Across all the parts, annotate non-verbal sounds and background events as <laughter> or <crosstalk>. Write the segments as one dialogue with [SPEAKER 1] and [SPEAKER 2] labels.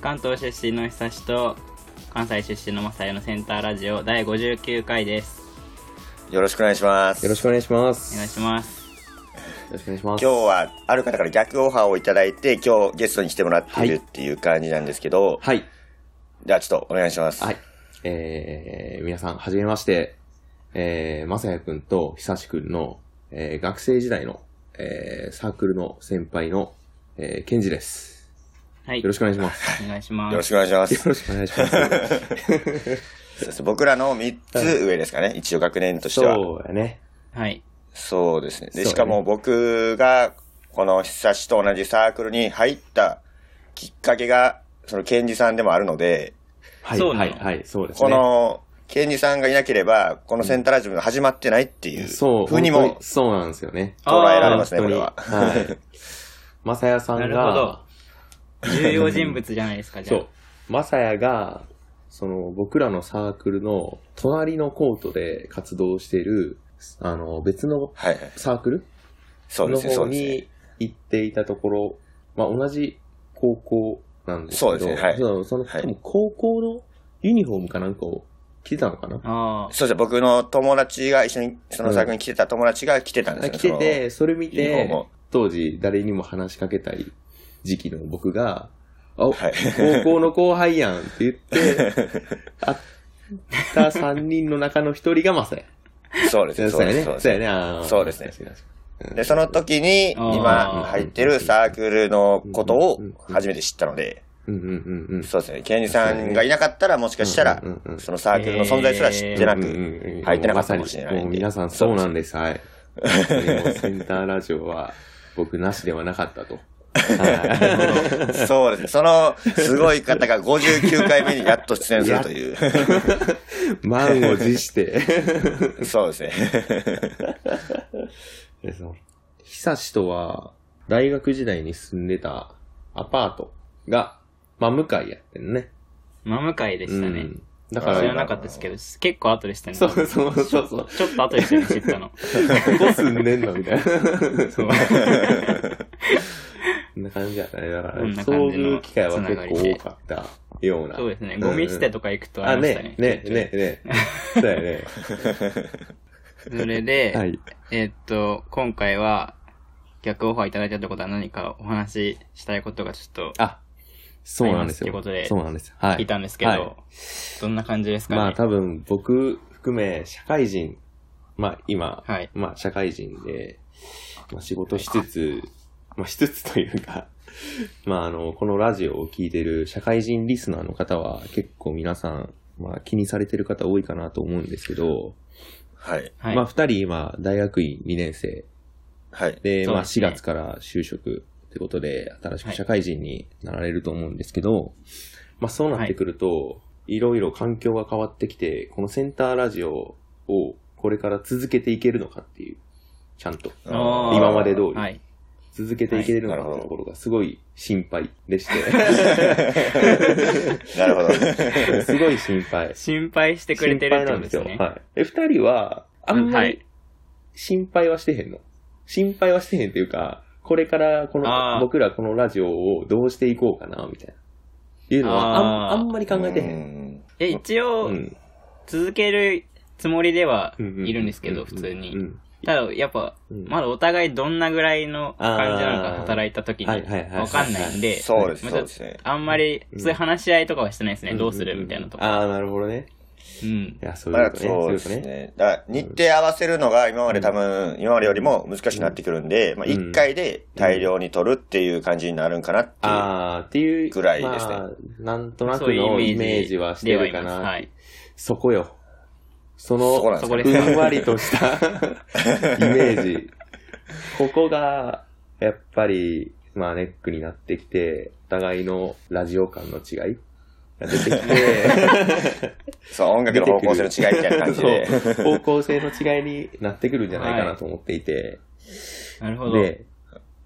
[SPEAKER 1] 関東出身の久しと関西出身のマサヤのセンターラジオ第59回です
[SPEAKER 2] よろしくお願いします。
[SPEAKER 3] よろしくお願いします。
[SPEAKER 1] お願いし
[SPEAKER 3] ま
[SPEAKER 1] ます
[SPEAKER 3] す。よろしくお願いします。
[SPEAKER 2] 今日は、ある方から逆オファーをいただいて、今日ゲストに来てもらって
[SPEAKER 3] はいい
[SPEAKER 2] るっていう感じなんですけど、
[SPEAKER 3] はい。
[SPEAKER 2] じゃあちょっとお願いします。
[SPEAKER 3] はい。えー、皆さん、はじめまして。えー、まさやくんとひさしくんの、えー、学生時代の、えー、サークルの先輩の、えー、ケンジです。
[SPEAKER 1] はい
[SPEAKER 3] よろしくお願い
[SPEAKER 1] <laughs>
[SPEAKER 3] します。
[SPEAKER 1] お願いしま
[SPEAKER 2] よろ
[SPEAKER 1] す
[SPEAKER 2] しくお願いしま
[SPEAKER 3] よ
[SPEAKER 2] す。
[SPEAKER 3] ろしくお願いします。
[SPEAKER 2] そうです僕らの3つ上ですかね、一応学年としては。そう
[SPEAKER 3] そうやね。
[SPEAKER 1] はい
[SPEAKER 2] ですね。
[SPEAKER 3] そう
[SPEAKER 2] で、
[SPEAKER 3] ね
[SPEAKER 2] しかも僕が、この久しと同じサークルに入ったきっかけが、その、ケンジさんでもあるので、
[SPEAKER 3] はい、
[SPEAKER 1] そうな
[SPEAKER 3] は
[SPEAKER 1] の
[SPEAKER 3] い、はい、そうですね。
[SPEAKER 2] この、ケンジさんがいなければ、このセンターラジオが始まってないっていう、
[SPEAKER 3] そう、
[SPEAKER 2] ふうに
[SPEAKER 3] 本当
[SPEAKER 2] も
[SPEAKER 3] にそうなんですよね。
[SPEAKER 2] 捉えられますね、
[SPEAKER 3] 本
[SPEAKER 2] こ
[SPEAKER 3] 当
[SPEAKER 2] れ
[SPEAKER 3] に
[SPEAKER 2] は。
[SPEAKER 3] はい。まさやさん
[SPEAKER 1] な
[SPEAKER 3] が、
[SPEAKER 1] るほど重要人物じゃないですかじ
[SPEAKER 3] そ
[SPEAKER 1] ゃ
[SPEAKER 3] う。まさやが、その、僕らのサークルの隣のコートで活動している、あの、別
[SPEAKER 2] は
[SPEAKER 3] の
[SPEAKER 2] いはい。
[SPEAKER 3] サークル
[SPEAKER 2] そうで
[SPEAKER 3] の
[SPEAKER 2] すね、そ
[SPEAKER 3] 方
[SPEAKER 2] うですね。
[SPEAKER 3] に行っていたところ、まあ、同じ高校なんですけど、
[SPEAKER 2] そうですねはい
[SPEAKER 3] そうその、
[SPEAKER 2] はい
[SPEAKER 3] 多分高校のユニフォームかなんかを着てたのかな
[SPEAKER 1] ああ
[SPEAKER 2] そうですね、僕の友達が一緒に、その作品に来てた友達が来てたんですよ、
[SPEAKER 3] 着てて、それ見
[SPEAKER 2] ユニフォー
[SPEAKER 3] て
[SPEAKER 2] ムを、
[SPEAKER 3] 当時誰にも話しかけたい時期の僕が、あ、
[SPEAKER 2] はい
[SPEAKER 3] 高校の後輩やんって
[SPEAKER 2] <laughs>
[SPEAKER 3] 言って、あった3人の中の1人がまさや。
[SPEAKER 2] その。そうです
[SPEAKER 3] そう
[SPEAKER 2] ね、
[SPEAKER 3] そう
[SPEAKER 2] で
[SPEAKER 3] やね
[SPEAKER 2] す。そう。で
[SPEAKER 3] そうや
[SPEAKER 2] すそうです
[SPEAKER 3] ね。あの
[SPEAKER 2] ね。
[SPEAKER 3] 確かに確かに
[SPEAKER 2] で、その、時に、
[SPEAKER 1] あー
[SPEAKER 2] 今入ってるサークルのことを
[SPEAKER 3] うんうんうん
[SPEAKER 2] 初めて知ったので、
[SPEAKER 3] うんうんうんうん。
[SPEAKER 2] そうですね、ケンジさんがいなかったら、もしかしたら
[SPEAKER 3] うんうんう、ん
[SPEAKER 2] そのサークルの存在すら知ってなく、入ってなかったかもしれないんで
[SPEAKER 3] もう皆さんそうなんです。はい。本当にもうセンターラジオは僕なしではなかったと。はい
[SPEAKER 2] そうですね、そのすごい方が59回目にやっと出演すると
[SPEAKER 3] <laughs>
[SPEAKER 2] いう、 <laughs>
[SPEAKER 3] 満を持して。
[SPEAKER 2] そうですね。
[SPEAKER 3] でその久しとは、大学時代に住んでたアパートが、真向かいやってんね。
[SPEAKER 1] 真向かいでしたね、
[SPEAKER 3] うんだ
[SPEAKER 1] 知
[SPEAKER 3] から、
[SPEAKER 1] らなかったですけど結構後でしたね
[SPEAKER 3] そうそうそうそう。
[SPEAKER 1] ちょっと後でしたね知ったの
[SPEAKER 3] ど住んでんのみ
[SPEAKER 1] <laughs>
[SPEAKER 3] たいな。 <laughs> そ
[SPEAKER 1] そうう
[SPEAKER 3] こんな感じやったね。だから、
[SPEAKER 1] こんな
[SPEAKER 3] 遭
[SPEAKER 1] 感じの
[SPEAKER 3] 遇機会は結構多かったような。
[SPEAKER 1] そうですねゴミ捨てとか行くとあ
[SPEAKER 3] あ、
[SPEAKER 1] りました
[SPEAKER 3] ね
[SPEAKER 1] ね、、
[SPEAKER 3] ね、ね、
[SPEAKER 1] <laughs>
[SPEAKER 3] ね。そうやね。
[SPEAKER 1] それで、
[SPEAKER 3] はい。
[SPEAKER 1] えーっと今回は逆オファーいただいたってことは何かお話ししたいことがちょっと
[SPEAKER 3] あ、そうなんです
[SPEAKER 1] ありま
[SPEAKER 3] よ
[SPEAKER 1] すってことで。
[SPEAKER 3] そうなんです。はい。
[SPEAKER 1] 聞いたんですけど、
[SPEAKER 3] はい
[SPEAKER 1] どんな感じですかね、
[SPEAKER 3] まあ多分僕含め社会人、まあ今、
[SPEAKER 1] はい
[SPEAKER 3] まあ社会人で、まあ仕事しつつ、まあしつつというか、 <laughs> まああの、このラジオを聞いてる社会人リスナーの方は結構皆さん、まあ気にされてる方多いかなと思うんですけど、
[SPEAKER 2] はい、
[SPEAKER 1] はい、
[SPEAKER 3] まあ二人今大学院2年生
[SPEAKER 2] はい、
[SPEAKER 3] で、
[SPEAKER 1] そう
[SPEAKER 3] まあ
[SPEAKER 1] です
[SPEAKER 3] 4
[SPEAKER 1] ね
[SPEAKER 3] 月から就職ってことで、新しく社会人になられると思うんですけど、まあそうなってくると、い、ろいろ環境が変わってきて、このセンターラジオをこれから続けていけるのかっていう、ちゃんと
[SPEAKER 1] あー
[SPEAKER 3] 今まで通り
[SPEAKER 1] はい。
[SPEAKER 3] 続けていけるのか
[SPEAKER 2] はい
[SPEAKER 3] っ
[SPEAKER 2] なるほど
[SPEAKER 3] てところがすごい心配でして、
[SPEAKER 2] なるほど。
[SPEAKER 3] <laughs> すごい心配。
[SPEAKER 1] 心配してくれてるってことですね。
[SPEAKER 3] 心配なんですよ。はい。え、二人は、あんま
[SPEAKER 1] は
[SPEAKER 3] り
[SPEAKER 1] い。
[SPEAKER 3] 心配はしてへんの心配はしてへんっていうか、これからこ
[SPEAKER 1] あー
[SPEAKER 3] の、僕らこのラジオをどうしていこうかな、みたいな。いうのはあ
[SPEAKER 1] あー
[SPEAKER 3] ん、あんまり考えてへん。
[SPEAKER 2] ん。
[SPEAKER 1] え、一応
[SPEAKER 3] う、ん
[SPEAKER 1] 続けるつもりでは
[SPEAKER 3] うう
[SPEAKER 1] いるんですけ
[SPEAKER 3] う
[SPEAKER 1] ど、
[SPEAKER 3] う
[SPEAKER 1] 普通
[SPEAKER 3] う
[SPEAKER 1] に。
[SPEAKER 3] ん
[SPEAKER 1] ただ、やっぱ、
[SPEAKER 3] うん
[SPEAKER 1] まだお互いどんなぐらいの感じなのか
[SPEAKER 3] あー
[SPEAKER 1] 働いた時に、
[SPEAKER 3] はいはいはい
[SPEAKER 1] わかんないんで、
[SPEAKER 2] そうです、
[SPEAKER 1] まあ
[SPEAKER 2] そうですね。
[SPEAKER 1] あんまり、
[SPEAKER 3] うん
[SPEAKER 1] そういう話し合いとかはしてないですね。
[SPEAKER 3] ん
[SPEAKER 1] どうするみたいなとか。
[SPEAKER 3] ああ、なるほどね。
[SPEAKER 1] うん
[SPEAKER 3] い。や、そうい
[SPEAKER 2] ま
[SPEAKER 3] う
[SPEAKER 2] あ
[SPEAKER 3] ことね。
[SPEAKER 2] そう
[SPEAKER 3] い
[SPEAKER 2] で
[SPEAKER 3] こ
[SPEAKER 2] す
[SPEAKER 3] とね。
[SPEAKER 2] ね。だから日程合わせるのが今まで多分、今までよりも難しくなってくるんで、まあ
[SPEAKER 3] うん
[SPEAKER 2] 1回で大量に取るっていう感じになるんかなっていう。
[SPEAKER 3] ああ、っていう。
[SPEAKER 2] ぐらいですね
[SPEAKER 3] まあなんとなく
[SPEAKER 1] そういう
[SPEAKER 3] の
[SPEAKER 1] イ
[SPEAKER 3] イ
[SPEAKER 1] メ
[SPEAKER 3] メ
[SPEAKER 1] ー
[SPEAKER 3] ー
[SPEAKER 1] ジ
[SPEAKER 3] ジ
[SPEAKER 1] は
[SPEAKER 3] は
[SPEAKER 1] し
[SPEAKER 3] してて
[SPEAKER 1] はい
[SPEAKER 3] る
[SPEAKER 1] ま
[SPEAKER 3] か
[SPEAKER 1] す。
[SPEAKER 3] な。
[SPEAKER 1] はい。
[SPEAKER 3] そこよ。その、
[SPEAKER 2] そうなん
[SPEAKER 1] そこです
[SPEAKER 3] ふん
[SPEAKER 1] か。
[SPEAKER 3] わりとした
[SPEAKER 1] <laughs>
[SPEAKER 3] イメージ。ここが、やっぱり、まあネックになってきて、お互いのラジオ感の違いが出てき
[SPEAKER 1] <laughs>
[SPEAKER 3] て、
[SPEAKER 2] そう、音楽の方向性の違いみたいな感じで。 <laughs>
[SPEAKER 3] そう方向性の違いになってくるんじゃないかなと思っていて、
[SPEAKER 1] なるほど。
[SPEAKER 3] で、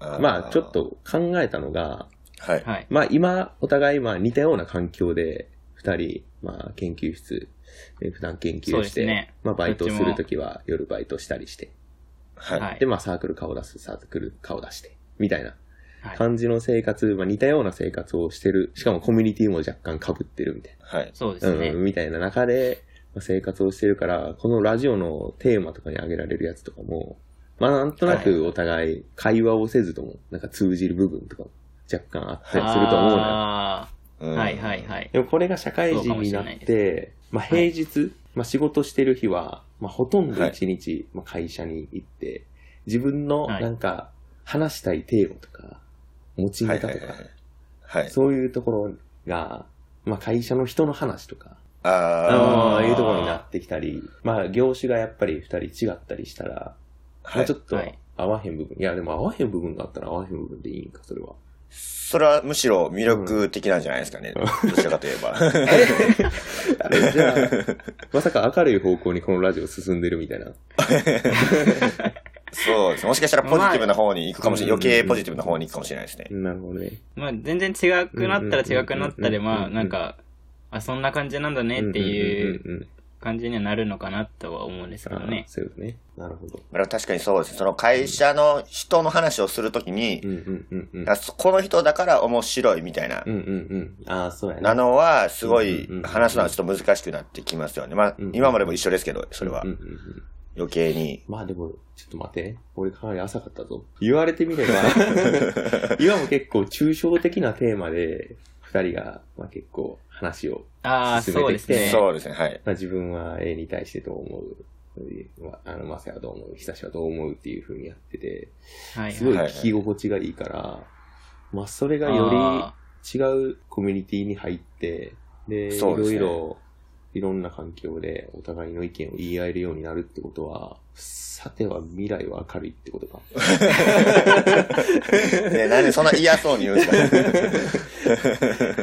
[SPEAKER 2] あー
[SPEAKER 3] まあちょっ。と考えたのが、
[SPEAKER 2] はい。
[SPEAKER 1] はい。
[SPEAKER 3] まあ今、お互いまあ似たような環境で、二人、まあ研究室、え普段研
[SPEAKER 1] そう
[SPEAKER 3] 究
[SPEAKER 1] で
[SPEAKER 3] し
[SPEAKER 1] す
[SPEAKER 3] て、
[SPEAKER 1] ね
[SPEAKER 3] まあバイト
[SPEAKER 1] どっ
[SPEAKER 3] す
[SPEAKER 1] ちも
[SPEAKER 3] るときは夜バイトしたりして、
[SPEAKER 2] はい。
[SPEAKER 1] はい
[SPEAKER 3] で、。まあサークル顔出す、サークル顔出して、みたいな
[SPEAKER 1] はい
[SPEAKER 3] 感じの生活、まあ似たような生活をしてる。しかもコミュニティも若干被ってるみたい
[SPEAKER 2] はい。
[SPEAKER 1] そうです
[SPEAKER 3] な。
[SPEAKER 1] ね。
[SPEAKER 3] うん、みたいな中で、まあ生活をしてるから、このラジオのテーマとかに挙げられるやつとかも、まあなんとなくお互い会話をせずとも、なんか通じる部分とかも若干あったりすると思うのよ。
[SPEAKER 1] あ
[SPEAKER 2] うん
[SPEAKER 1] ーはいはいはい。
[SPEAKER 3] でもこれが社会人に
[SPEAKER 1] そ
[SPEAKER 3] なっ
[SPEAKER 1] うかもしれない
[SPEAKER 3] て、まあ平日、まあ仕事してる日は、まあほとんど一日、まあ会社に行って、自分の
[SPEAKER 1] はい
[SPEAKER 3] なんか話したいテーマとか、持ち
[SPEAKER 2] はい
[SPEAKER 3] ネタ
[SPEAKER 2] はい
[SPEAKER 3] と
[SPEAKER 2] はい
[SPEAKER 3] か、。
[SPEAKER 2] はい。
[SPEAKER 3] そういうところが、まあ会社の人の話とか、
[SPEAKER 2] あ
[SPEAKER 3] あーいうところになってきたり、まあ業種がやっぱり二人違ったりしたら、
[SPEAKER 2] あ、
[SPEAKER 3] ま
[SPEAKER 2] は
[SPEAKER 3] あ
[SPEAKER 2] い
[SPEAKER 3] ちょ。っと
[SPEAKER 1] はい
[SPEAKER 3] 合わへん部分、いやでも合わへん部分があったら合わへん部分でいいんか、それは。
[SPEAKER 2] それはむしろ魅力的なんじゃないですかね。どちらかといえば。 <laughs>
[SPEAKER 3] あれじゃあ、まさか明るい方向にこのラジオ進んでるみたいな。
[SPEAKER 2] そうですね。もしかしたらポジティブな方に行くかもしれない。
[SPEAKER 3] まあ
[SPEAKER 2] 余計ポジティブな方に行くかもしれないですね。
[SPEAKER 3] なるほどね。
[SPEAKER 1] まあ全然違くなったら違くなったで、
[SPEAKER 3] うんうんうんうん
[SPEAKER 1] まあなんか、あ、そんな感じなんだねっていうん
[SPEAKER 3] んんんん
[SPEAKER 1] 感じにはなるのかなとは思うんですけど
[SPEAKER 3] あ
[SPEAKER 1] ね
[SPEAKER 3] ー。そういうことね。なるほど。
[SPEAKER 2] まあ確かにそうですね。その会社の人の話をするとき
[SPEAKER 3] う
[SPEAKER 2] に、
[SPEAKER 3] んうんうんうん。
[SPEAKER 2] あそこの人だから面白いみたいな
[SPEAKER 3] うんうんうん。ああ、そうやね。
[SPEAKER 2] なのは、すごい
[SPEAKER 3] うんうんうん
[SPEAKER 2] 話すのはちょっと難しくなってきますよね。まあ
[SPEAKER 3] うんう、ん
[SPEAKER 2] 今までも一緒ですけど、それは
[SPEAKER 3] うん。うんうん
[SPEAKER 2] 余計に。
[SPEAKER 3] まあでも、ちょっと待って。俺かなり浅かったぞ。言われてみ <laughs> れば、今も結構抽象的なテーマで、二人が、まあ結構話を、
[SPEAKER 1] ああ、そうですね。
[SPEAKER 2] そうですね、はい。
[SPEAKER 3] まあ自分は A に対してどう思う。まああの、マサはどう思う、久しはどう思うっていう風にやってて、
[SPEAKER 1] はい
[SPEAKER 3] す
[SPEAKER 1] は
[SPEAKER 3] ご
[SPEAKER 1] い。
[SPEAKER 3] い聞き心地がいいから、まあそれがより
[SPEAKER 1] あ
[SPEAKER 3] 違うコミュニティに入って、で、い
[SPEAKER 2] そうで
[SPEAKER 3] ろ
[SPEAKER 2] すね
[SPEAKER 3] いろ、いろんな環境でお互いの意見を言い合えるようになるってことは、さては未来は明るいってことか。
[SPEAKER 2] で、なんでそんな嫌そうに言うんです
[SPEAKER 1] ー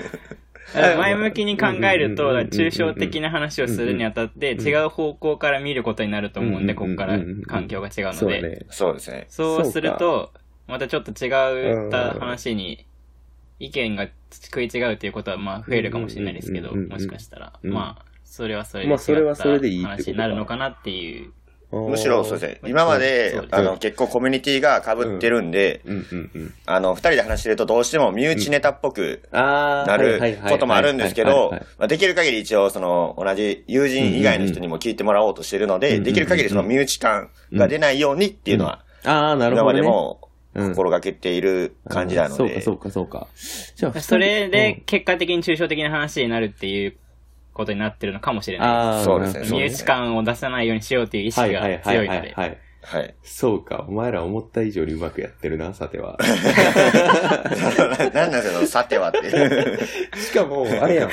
[SPEAKER 1] だから前向きに考えると、
[SPEAKER 3] うん
[SPEAKER 1] だ
[SPEAKER 3] う
[SPEAKER 1] か
[SPEAKER 3] んうんう
[SPEAKER 1] ら
[SPEAKER 3] ん
[SPEAKER 1] 抽象的な話をするにあたって、
[SPEAKER 3] うんうん
[SPEAKER 1] 違う方向から見ることになると思うんで、
[SPEAKER 3] うんう
[SPEAKER 1] こ
[SPEAKER 3] んうんう
[SPEAKER 1] こ
[SPEAKER 3] ん
[SPEAKER 1] から環境が違うの
[SPEAKER 3] そうだ
[SPEAKER 1] で。
[SPEAKER 3] ね。
[SPEAKER 2] か <laughs> そうですね。
[SPEAKER 1] そうすると、またちょっと違った話に、意見が食い違うということは、まあ、増えるかもしれないですけど、
[SPEAKER 3] うんうんうんうん
[SPEAKER 1] もしかしたら。
[SPEAKER 3] うん
[SPEAKER 1] まあ、それはそれ
[SPEAKER 3] まあそれはそれでいい
[SPEAKER 1] 違
[SPEAKER 3] っ
[SPEAKER 1] ってた話
[SPEAKER 3] ことか
[SPEAKER 1] になるのかなっていう。
[SPEAKER 2] むしろそうです
[SPEAKER 3] ね。
[SPEAKER 2] ね。今ま
[SPEAKER 1] そう
[SPEAKER 2] で
[SPEAKER 1] で、す
[SPEAKER 2] あの、結構コミュニティが被ってるんで、
[SPEAKER 3] うんうんうん。
[SPEAKER 2] あの、二人で話してるとどうしても身内ネタっぽく
[SPEAKER 3] ああ、
[SPEAKER 2] な
[SPEAKER 3] はいはい
[SPEAKER 2] る
[SPEAKER 3] はい
[SPEAKER 2] こともあるんですけ
[SPEAKER 3] はい
[SPEAKER 2] ど
[SPEAKER 3] はいはい、
[SPEAKER 2] まあできる限り一応、その、同じ友人以外の人にも聞いてもらおうとしてるの
[SPEAKER 3] うんうん
[SPEAKER 2] で、
[SPEAKER 3] うん
[SPEAKER 2] できる限りその身内感が出ないようにっていうのは、
[SPEAKER 3] ああ、なる
[SPEAKER 2] 今
[SPEAKER 3] ほ
[SPEAKER 2] ま
[SPEAKER 3] ど、ね。
[SPEAKER 2] でも
[SPEAKER 3] うん
[SPEAKER 2] 心がけている感じなの
[SPEAKER 3] そうか
[SPEAKER 2] で
[SPEAKER 3] そ、うかそうか。じゃあ
[SPEAKER 1] それで、、結果的に抽象的な話になるっていうことになってるのかもしれ
[SPEAKER 3] うん
[SPEAKER 1] ない。
[SPEAKER 3] ああ、
[SPEAKER 2] そうですね
[SPEAKER 3] なるほど
[SPEAKER 1] 身内感を出さないようにしようという意
[SPEAKER 3] は
[SPEAKER 1] 識
[SPEAKER 3] いはい
[SPEAKER 1] が
[SPEAKER 3] はい
[SPEAKER 1] 強い
[SPEAKER 3] は
[SPEAKER 1] の
[SPEAKER 3] い
[SPEAKER 1] で。
[SPEAKER 3] はい。 <laughs>
[SPEAKER 2] はい。
[SPEAKER 3] そうか、お前ら思った以上にうまくやってるな、さては。
[SPEAKER 2] なんなんですか、さてはっ
[SPEAKER 3] <laughs>
[SPEAKER 2] て。
[SPEAKER 3] しか
[SPEAKER 2] <laughs>
[SPEAKER 3] も、あれや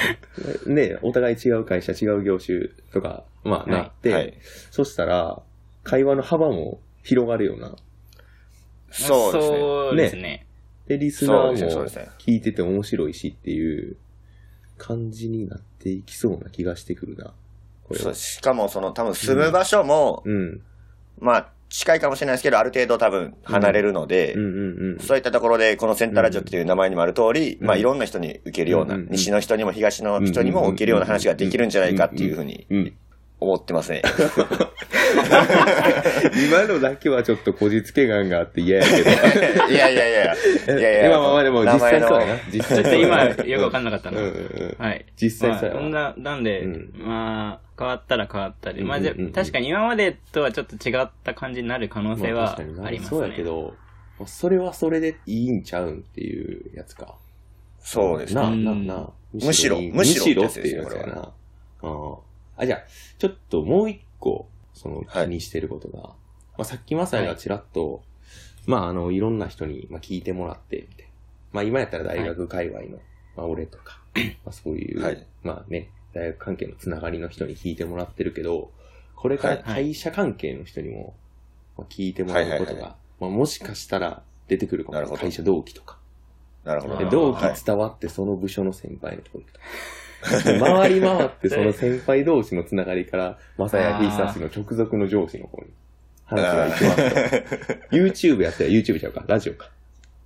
[SPEAKER 3] ん。ねお互い違う会社、違う業種とか、まあ、
[SPEAKER 1] はい
[SPEAKER 3] なって、
[SPEAKER 2] はい
[SPEAKER 3] そしたら、会話の幅も広がるよな。
[SPEAKER 2] そうですね。
[SPEAKER 1] そうですね。
[SPEAKER 3] で、リス
[SPEAKER 2] そ
[SPEAKER 3] ナ
[SPEAKER 2] うですね、
[SPEAKER 3] ー
[SPEAKER 2] そう
[SPEAKER 3] も
[SPEAKER 2] ですね。
[SPEAKER 3] 聞いてて面白いしっていう感じになっていきそうな気がしてくるな。これ
[SPEAKER 2] そ
[SPEAKER 3] は
[SPEAKER 2] う。しかも、その、多分住む場所も、
[SPEAKER 3] うん。
[SPEAKER 2] まあ、近いかもしれないですけど、ある程度多分離れるので、
[SPEAKER 3] うんうんうん。
[SPEAKER 2] そういったところで、このセンターラジオっていう名前にもある通り、
[SPEAKER 3] うん
[SPEAKER 2] まあいろんな人に受けるような、
[SPEAKER 3] うん
[SPEAKER 2] 西の人にも東の人にも受けるような話ができるんじゃないかっていうふうに
[SPEAKER 3] うん。
[SPEAKER 2] 思ってますね。
[SPEAKER 3] 今のだけはちょっとこじつけ感があって嫌やけ
[SPEAKER 2] <laughs> <laughs>
[SPEAKER 3] ど。
[SPEAKER 2] いやいやいや、いやいや。
[SPEAKER 3] 今 <laughs> まあでも実際そうやな。実
[SPEAKER 1] ちょっ
[SPEAKER 3] 際そ
[SPEAKER 1] と
[SPEAKER 3] うや
[SPEAKER 1] 今
[SPEAKER 3] な、
[SPEAKER 1] よくわかんなかった
[SPEAKER 3] うん
[SPEAKER 1] な。
[SPEAKER 3] うんうん。
[SPEAKER 1] はい。
[SPEAKER 3] 実際そうや
[SPEAKER 1] まあ
[SPEAKER 3] わ
[SPEAKER 1] そんな、なんで、
[SPEAKER 3] うん
[SPEAKER 1] まあ、変わったら変わったり。まあ、じゃあ
[SPEAKER 3] うんうんうん
[SPEAKER 1] 確かに今までとはちょっと違った感じになる可能性
[SPEAKER 3] まあ
[SPEAKER 1] は
[SPEAKER 3] 確かにな
[SPEAKER 1] ありますね。
[SPEAKER 3] そうやけど、まあそれはそれでいいんちゃうんっていうやつか。
[SPEAKER 2] そうですね。
[SPEAKER 3] な、
[SPEAKER 1] うん
[SPEAKER 3] な、な。
[SPEAKER 2] むしろ
[SPEAKER 3] いい
[SPEAKER 2] む
[SPEAKER 3] むし
[SPEAKER 2] しろ
[SPEAKER 3] ろ
[SPEAKER 2] っ
[SPEAKER 3] ってて
[SPEAKER 2] やつですね
[SPEAKER 3] いうやつやな。うんあ、じゃあ、ちょっともう一個、その
[SPEAKER 2] はい
[SPEAKER 3] 気にしてることが、まあさっきマサイがちらっと、まああの、いろんな人にまあ聞いてもらって、みたいな。まあ今やったら大学界隈の、まあ俺
[SPEAKER 2] <clears throat>
[SPEAKER 3] とか、まあそういう、
[SPEAKER 2] はい
[SPEAKER 3] まあね、大学関係のつながりの人に聞いてもらってるけど、これから
[SPEAKER 2] はい
[SPEAKER 1] はい
[SPEAKER 3] 会社関係の人にも、まあ聞いてもらうこ
[SPEAKER 2] はいは
[SPEAKER 3] と
[SPEAKER 2] いはい
[SPEAKER 3] が、まあもしかしたら出てくるかもし
[SPEAKER 2] な
[SPEAKER 3] れ
[SPEAKER 2] る
[SPEAKER 3] な
[SPEAKER 2] ほど
[SPEAKER 3] い。会社同期とか。
[SPEAKER 2] なるほ
[SPEAKER 1] あ
[SPEAKER 2] ど。
[SPEAKER 3] で
[SPEAKER 1] ー
[SPEAKER 3] 同
[SPEAKER 2] はい
[SPEAKER 3] 期伝わってその部署の先輩のところ行くと。で回り回
[SPEAKER 2] <laughs>
[SPEAKER 3] ってその先輩同士のつながりから、まさやひさしの直属の上司の方に話が行きますと。YouTube やってる、YouTube ちゃうか、ラジオか。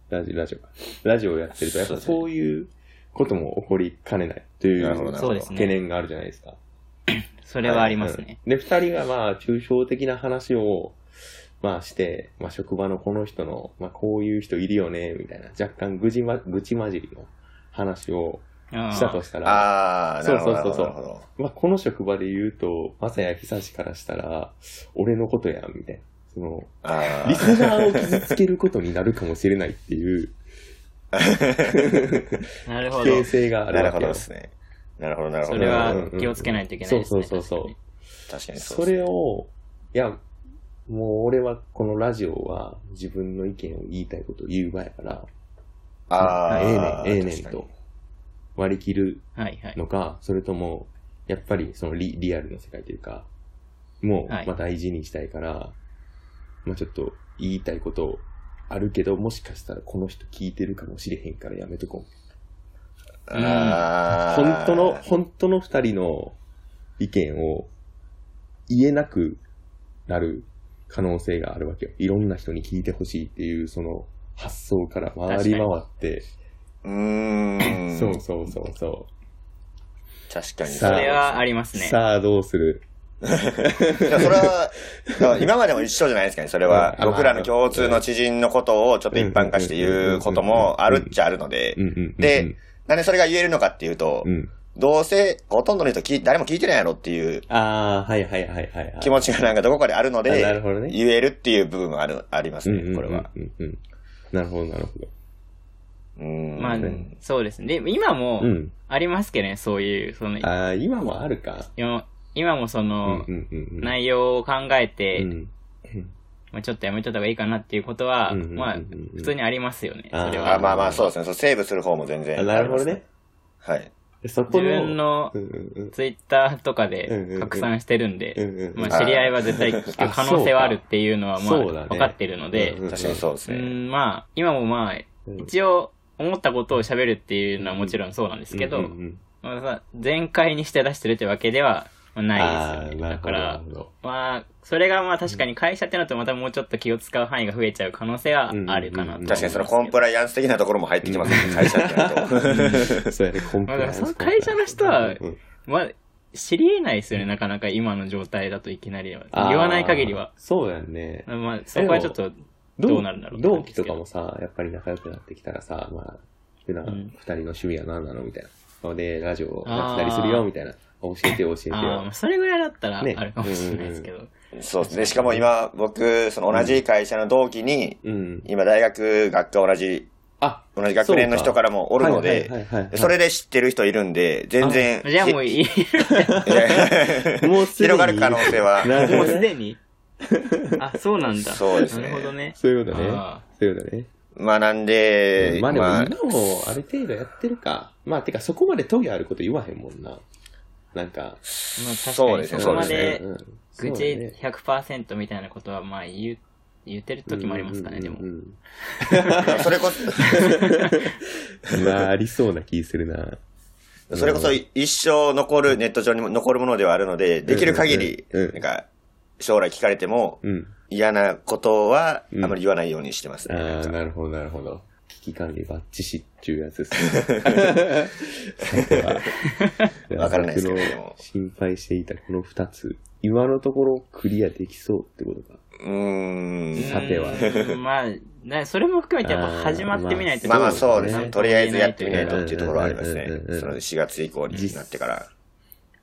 [SPEAKER 3] ラジオ、ラジオか。ラジオやってると、やっぱそういうことも起こりかねないとい
[SPEAKER 2] なるほど
[SPEAKER 3] う
[SPEAKER 2] な
[SPEAKER 1] そうです
[SPEAKER 3] 懸
[SPEAKER 1] ね。
[SPEAKER 3] 念があるじゃないですか。
[SPEAKER 1] それはありますね。
[SPEAKER 3] うんで、二人がまあ、抽象的な話を、まあして、まあ職場のこの人の、まあこういう人いるよね、みたいな、若干愚痴ま、愚痴混じりの話を
[SPEAKER 1] あ
[SPEAKER 3] したとしたら、
[SPEAKER 2] ああ、なるほど。
[SPEAKER 3] そうそうそうそう
[SPEAKER 2] なるほど
[SPEAKER 3] まあこの職場で言うと、まさや久しからしたら、俺のことやん、みたいな。その、
[SPEAKER 2] あ
[SPEAKER 3] リスナーを傷つけることになるかもしれないっていう
[SPEAKER 1] あ。なる
[SPEAKER 3] 危
[SPEAKER 1] ほど。
[SPEAKER 3] 険性が
[SPEAKER 2] あ、
[SPEAKER 3] あ
[SPEAKER 2] なる
[SPEAKER 3] るわ
[SPEAKER 2] ほ
[SPEAKER 3] け
[SPEAKER 2] ど
[SPEAKER 3] よ
[SPEAKER 2] で。すね。なるほど、なるほ
[SPEAKER 1] そ
[SPEAKER 2] ど。
[SPEAKER 1] れは気をつけないといけないですね。
[SPEAKER 3] そうそうそうそう
[SPEAKER 2] 確かにそう
[SPEAKER 3] そ
[SPEAKER 2] です
[SPEAKER 3] れを、いや、もう俺はこのラジオは自分の意見を言いたいことを言う場やから、
[SPEAKER 2] あ
[SPEAKER 3] あええ
[SPEAKER 2] あ、
[SPEAKER 3] ねん、ええねん
[SPEAKER 2] 確かに
[SPEAKER 3] と。割り切る
[SPEAKER 1] はいはい。
[SPEAKER 3] のか、それとも、やっぱりそのリリアルの世界というか、もう、
[SPEAKER 1] はい
[SPEAKER 3] まあ大事にしたいから、まあちょっと言いたいことあるけど、もしかしたらこの人聞いてるかもしれへんからやめとこう。
[SPEAKER 1] うん
[SPEAKER 2] あー
[SPEAKER 3] 本当の、本当の二人の意見を言えなくなる可能性があるわけよ。いろんな人に聞いてほしいっていう、その発想から回り回って、
[SPEAKER 2] うーん。
[SPEAKER 3] そうそうそうそ
[SPEAKER 2] 確かに
[SPEAKER 1] そうれはあります
[SPEAKER 3] う。
[SPEAKER 1] ね。
[SPEAKER 3] さあどうする
[SPEAKER 2] いやそれは、だから今までも一緒じゃないですかね、それは。
[SPEAKER 3] うん
[SPEAKER 2] 僕らの共通の知人のことをちょっと一般化して言うこともあるっちゃあるので
[SPEAKER 3] う、んうんうんうん
[SPEAKER 2] で、なんでそれが言えるのかっていうと
[SPEAKER 3] う、ん。
[SPEAKER 2] どうせほとんどの人聞い誰も聞いてないやろっていう
[SPEAKER 3] ああ、はいはいはいはい、はい。
[SPEAKER 2] 気持ちがなんかどこかであるの
[SPEAKER 3] あなる
[SPEAKER 2] で、
[SPEAKER 3] ほどね。
[SPEAKER 2] 言えるっていう部分はある、あります
[SPEAKER 3] うんうんうん
[SPEAKER 2] ね、これは。。
[SPEAKER 3] うんうんなるほどなるほど。
[SPEAKER 2] うん。
[SPEAKER 1] まあ
[SPEAKER 2] うん、
[SPEAKER 1] そうですね。で、今も
[SPEAKER 3] うん。
[SPEAKER 1] ありますけどね、そういう、その、
[SPEAKER 3] ああ、今もあるか。
[SPEAKER 1] 今今もその、
[SPEAKER 3] うんうんうんうん。い
[SPEAKER 1] 内容を考えて、
[SPEAKER 3] うん。
[SPEAKER 1] まあ、ちょっとやめといた方がいいかなっていうことは、
[SPEAKER 3] うんうんうんうん
[SPEAKER 1] まあ、普通にありますよね、
[SPEAKER 3] あー
[SPEAKER 1] それ
[SPEAKER 2] あ
[SPEAKER 1] は。
[SPEAKER 2] まあまあ、そうですね。そう、セーブする方も全然
[SPEAKER 3] あなるほどね。
[SPEAKER 2] あり
[SPEAKER 3] そこ
[SPEAKER 1] 自
[SPEAKER 3] の
[SPEAKER 1] 分の
[SPEAKER 3] うんうんうん。
[SPEAKER 1] ツイッターとか
[SPEAKER 3] うんうんう
[SPEAKER 1] で
[SPEAKER 3] ん
[SPEAKER 1] 拡散してるんで、
[SPEAKER 3] うんうんうん
[SPEAKER 1] まあ、知り合いは絶対聞く可能性はあるっていうのは、
[SPEAKER 3] あ
[SPEAKER 1] まあ、
[SPEAKER 3] そうだね
[SPEAKER 1] 分かってるので、
[SPEAKER 2] ますね。確かにそうです
[SPEAKER 1] う
[SPEAKER 2] ね。
[SPEAKER 1] ん、まあ、今もまあ、
[SPEAKER 3] うん
[SPEAKER 1] 一応、思ったことを喋るっていうのはもちろんそうなんですけど、
[SPEAKER 3] うんうんうん
[SPEAKER 1] まあさ、全開にして出してるってわけではまあないですよね。
[SPEAKER 3] あー
[SPEAKER 1] だか
[SPEAKER 3] なる
[SPEAKER 1] ら
[SPEAKER 3] ほ、どなるほ
[SPEAKER 1] まあ、それがまあ確かに会社ってなるとまたもうちょっと気を使う範囲が増えちゃう可能性はあるかなと、
[SPEAKER 3] うんうんうん
[SPEAKER 2] 確かにそのコンプライアンス的なところも入ってき
[SPEAKER 3] <laughs>
[SPEAKER 2] ますよね、会社ってなると。
[SPEAKER 3] どそうやね、コンプ
[SPEAKER 1] まあ
[SPEAKER 3] ライアンス
[SPEAKER 1] でもその会社の人は
[SPEAKER 3] うんうん
[SPEAKER 1] まあ、知り得ないですよね、なかなか今の状態だといきなりは。
[SPEAKER 3] あー
[SPEAKER 1] 言わない限りは。
[SPEAKER 3] そうやんね。
[SPEAKER 1] まあ、そこはちょっと、どうなるんだろう
[SPEAKER 3] 同期とかもさ、やっぱり仲良くなってきたらさ、まあ、普段、
[SPEAKER 1] うん
[SPEAKER 3] 二人の趣味は何なのみたいな。ので、ラジオやったりするよ、みたいな。教えてよ、教えて
[SPEAKER 1] ああま
[SPEAKER 3] よ
[SPEAKER 1] あ、。それぐらいだったらあ
[SPEAKER 3] ね
[SPEAKER 1] るかもしれないですけど。
[SPEAKER 2] そうですね。しかも今、僕、その同じ会社の同期に、
[SPEAKER 3] うん。
[SPEAKER 2] 今大学、学科同じ、
[SPEAKER 3] あ、
[SPEAKER 2] 同じ学年の人からもおるの
[SPEAKER 3] そうかはい
[SPEAKER 2] で、
[SPEAKER 3] はいはいはい
[SPEAKER 2] それで知ってる人いるんで、全然、
[SPEAKER 1] じゃあ <laughs> もういい、
[SPEAKER 2] いやいや
[SPEAKER 3] もうすで
[SPEAKER 2] <laughs>
[SPEAKER 3] に
[SPEAKER 2] 広がる可能性は、
[SPEAKER 3] <laughs> なるほど
[SPEAKER 1] もうすでに。あ、そうなんだ。
[SPEAKER 2] そうですね
[SPEAKER 1] なるほどね。
[SPEAKER 3] そういうことね
[SPEAKER 1] あ。
[SPEAKER 3] そういうことね。
[SPEAKER 2] 学んで、
[SPEAKER 3] まあでも
[SPEAKER 2] まあ、
[SPEAKER 3] 今もある程度やってるか。まあてかそこまでトゲあること言わへんもんな。なんか。
[SPEAKER 1] まあ、確
[SPEAKER 2] そう
[SPEAKER 1] か
[SPEAKER 2] で
[SPEAKER 1] に
[SPEAKER 2] すね
[SPEAKER 1] そこま
[SPEAKER 2] そうです
[SPEAKER 1] で
[SPEAKER 3] うん
[SPEAKER 1] 愚
[SPEAKER 3] そうだ
[SPEAKER 1] 痴
[SPEAKER 3] ね
[SPEAKER 1] 100%みたいなことはまあ言う、言ってる時もありますかね、でも
[SPEAKER 3] うん。うん
[SPEAKER 2] それこ
[SPEAKER 3] うんまあありそうな気するな。
[SPEAKER 2] そ、それこそ一生残る、ネット上にも残るものではあるので、できる限り、
[SPEAKER 3] うんう
[SPEAKER 2] なん
[SPEAKER 3] うん
[SPEAKER 2] んか、将来聞かれても、
[SPEAKER 3] うん。
[SPEAKER 2] 嫌なことは、
[SPEAKER 3] うん
[SPEAKER 2] あまり言わないようにしてますね。
[SPEAKER 3] ああ、なるほど、なるほど。危機管理バッチシっていうやつですね。
[SPEAKER 1] <laughs>
[SPEAKER 3] さては
[SPEAKER 2] わからないですけど
[SPEAKER 3] 僕の心配していたこの二つ。今のところクリアできそうってことか。
[SPEAKER 2] うーん。
[SPEAKER 3] さては
[SPEAKER 1] うんまあ、なそれも含めてやっぱ始まってみないと
[SPEAKER 2] まあまあそうです
[SPEAKER 3] そうです
[SPEAKER 2] ね。
[SPEAKER 3] ね
[SPEAKER 2] とりあえずやってみないと
[SPEAKER 3] うん
[SPEAKER 2] っていうところはありますね
[SPEAKER 3] うんうんうんう。ん
[SPEAKER 2] その4月以降になってから。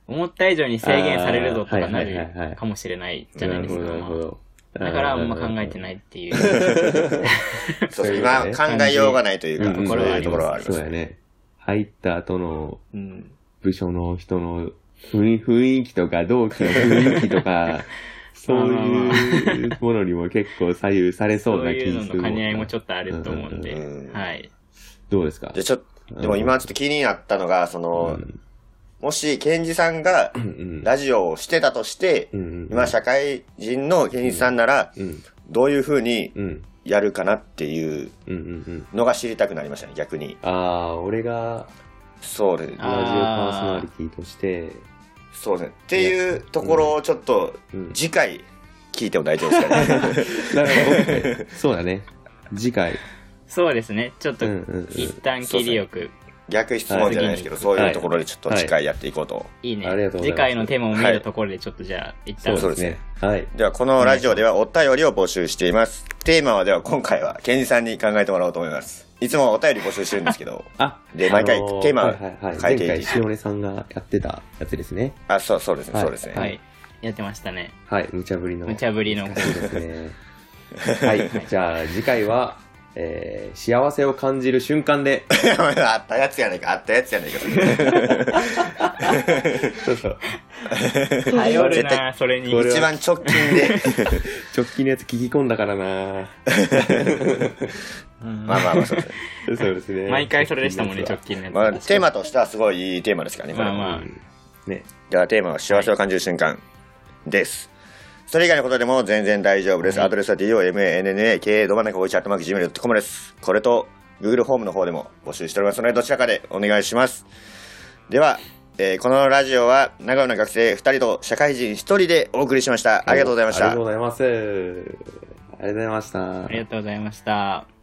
[SPEAKER 1] 思った以上に制限されるぞとかな
[SPEAKER 3] あーはいはいはいはい
[SPEAKER 1] るかもしれないじゃないですか。
[SPEAKER 3] なる
[SPEAKER 1] ま
[SPEAKER 3] ほ
[SPEAKER 1] あ
[SPEAKER 3] ど。
[SPEAKER 1] だからあんま考えて
[SPEAKER 3] い。
[SPEAKER 1] ないって
[SPEAKER 3] <laughs>
[SPEAKER 1] いう。
[SPEAKER 2] そう
[SPEAKER 3] そ
[SPEAKER 2] そうう、
[SPEAKER 3] いうこと
[SPEAKER 2] 今
[SPEAKER 3] ね
[SPEAKER 2] 考えようがないというか、
[SPEAKER 3] うんうん
[SPEAKER 2] そういうところはありま
[SPEAKER 3] そう
[SPEAKER 2] す
[SPEAKER 3] や
[SPEAKER 2] ね。
[SPEAKER 3] ね。入った後の
[SPEAKER 1] うん
[SPEAKER 3] 部署の人の雰囲 <laughs> 雰囲気とか同期の雰囲気と
[SPEAKER 1] <laughs>
[SPEAKER 3] か、そういうものにも結構左右されそ
[SPEAKER 1] そうう
[SPEAKER 3] な気
[SPEAKER 1] いう
[SPEAKER 3] する
[SPEAKER 1] の
[SPEAKER 3] んな。
[SPEAKER 1] の兼ね合いもちょっとあると思うんで
[SPEAKER 2] うんうんう、ん
[SPEAKER 1] はい。
[SPEAKER 3] どうですか
[SPEAKER 2] で、ちょっと、でも今ちょっと気になったのが、その、もし、ケンジさんが
[SPEAKER 3] うん
[SPEAKER 2] ラジオをしてたとして、
[SPEAKER 3] うんうん
[SPEAKER 2] 今社会人のケンジさんなら、
[SPEAKER 3] うん。
[SPEAKER 2] どういうふうに
[SPEAKER 3] うん。
[SPEAKER 2] やるかなっていう
[SPEAKER 3] うんうんうん。
[SPEAKER 2] のが知りたくなりましたね、逆に。
[SPEAKER 3] ああ、俺が
[SPEAKER 2] そうですね。
[SPEAKER 3] ラジオパーソナリティとして、
[SPEAKER 2] そうですね。っていうところをちょっと
[SPEAKER 3] うん、
[SPEAKER 2] 次回聞いても大丈夫ですかね。
[SPEAKER 3] なる <laughs> ほど。そうだね。次回。
[SPEAKER 1] そうですね。ちょっと
[SPEAKER 3] うんうんうん
[SPEAKER 1] 一旦切りよく
[SPEAKER 2] <laughs> 逆質問じゃないですけど、
[SPEAKER 1] はい
[SPEAKER 2] そういうところでちょっと次回やっていこうと。
[SPEAKER 1] いいね。
[SPEAKER 3] ありがとうご
[SPEAKER 1] 次
[SPEAKER 3] ざいます
[SPEAKER 1] 回のテーマを見るところでちょっとじゃあ、一旦、
[SPEAKER 2] そうですね。
[SPEAKER 3] はい。
[SPEAKER 2] では、このラジオではお便りを募集しています。テーマはでは今回は、ケンジさんに考えてもらおうと思います。いつもお便り募集してるんですけど、
[SPEAKER 3] あ
[SPEAKER 2] で毎回
[SPEAKER 3] あの
[SPEAKER 2] テーマ
[SPEAKER 3] はいはいはい、
[SPEAKER 2] 書いてい
[SPEAKER 3] 前回、
[SPEAKER 2] い
[SPEAKER 3] しおねさんがやってたやつですね。
[SPEAKER 2] あ、そう、そうですね、
[SPEAKER 3] はい
[SPEAKER 2] そうですね。
[SPEAKER 1] はい。やってましたね。
[SPEAKER 3] はい、無茶ぶりの。
[SPEAKER 1] 無茶ぶり
[SPEAKER 3] <laughs>
[SPEAKER 1] の。
[SPEAKER 3] 懐かしいですね。はい、じゃあ次回は、えー、幸せを感じる瞬間で、
[SPEAKER 2] <laughs> あったやつやないか、あったやつやないか。
[SPEAKER 3] そうそう。
[SPEAKER 1] 頼る
[SPEAKER 2] 絶
[SPEAKER 1] な
[SPEAKER 2] 対
[SPEAKER 1] それに。
[SPEAKER 3] これ
[SPEAKER 2] 一番直近で。
[SPEAKER 3] 直近のやつ聞き込んだから <laughs> な
[SPEAKER 1] うん
[SPEAKER 2] まあまあまあ、そうですね。
[SPEAKER 3] そうですね。
[SPEAKER 1] 毎回それでしたもんね、直近のやつ
[SPEAKER 2] ま
[SPEAKER 1] は。
[SPEAKER 2] あ、テーマとしてはすごいいいテーマですからね、これ
[SPEAKER 1] まあまあ
[SPEAKER 3] うんね。
[SPEAKER 2] ではテーマは幸せを感じる瞬間です。それ以外のことでも全然大丈夫です。アドレスは DOMANNAKA ど真ん中51アットマーク Gmail.com です。これと Google ホームの方でも募集しておりますので、どちらかでお願いします。では、えーこのラジオは長野の学生2人と社会人1人でお送りしました。ありがとうございまし
[SPEAKER 3] あり
[SPEAKER 2] た
[SPEAKER 3] がとう。ございます。ありがとうございました。
[SPEAKER 1] ありがとうございました。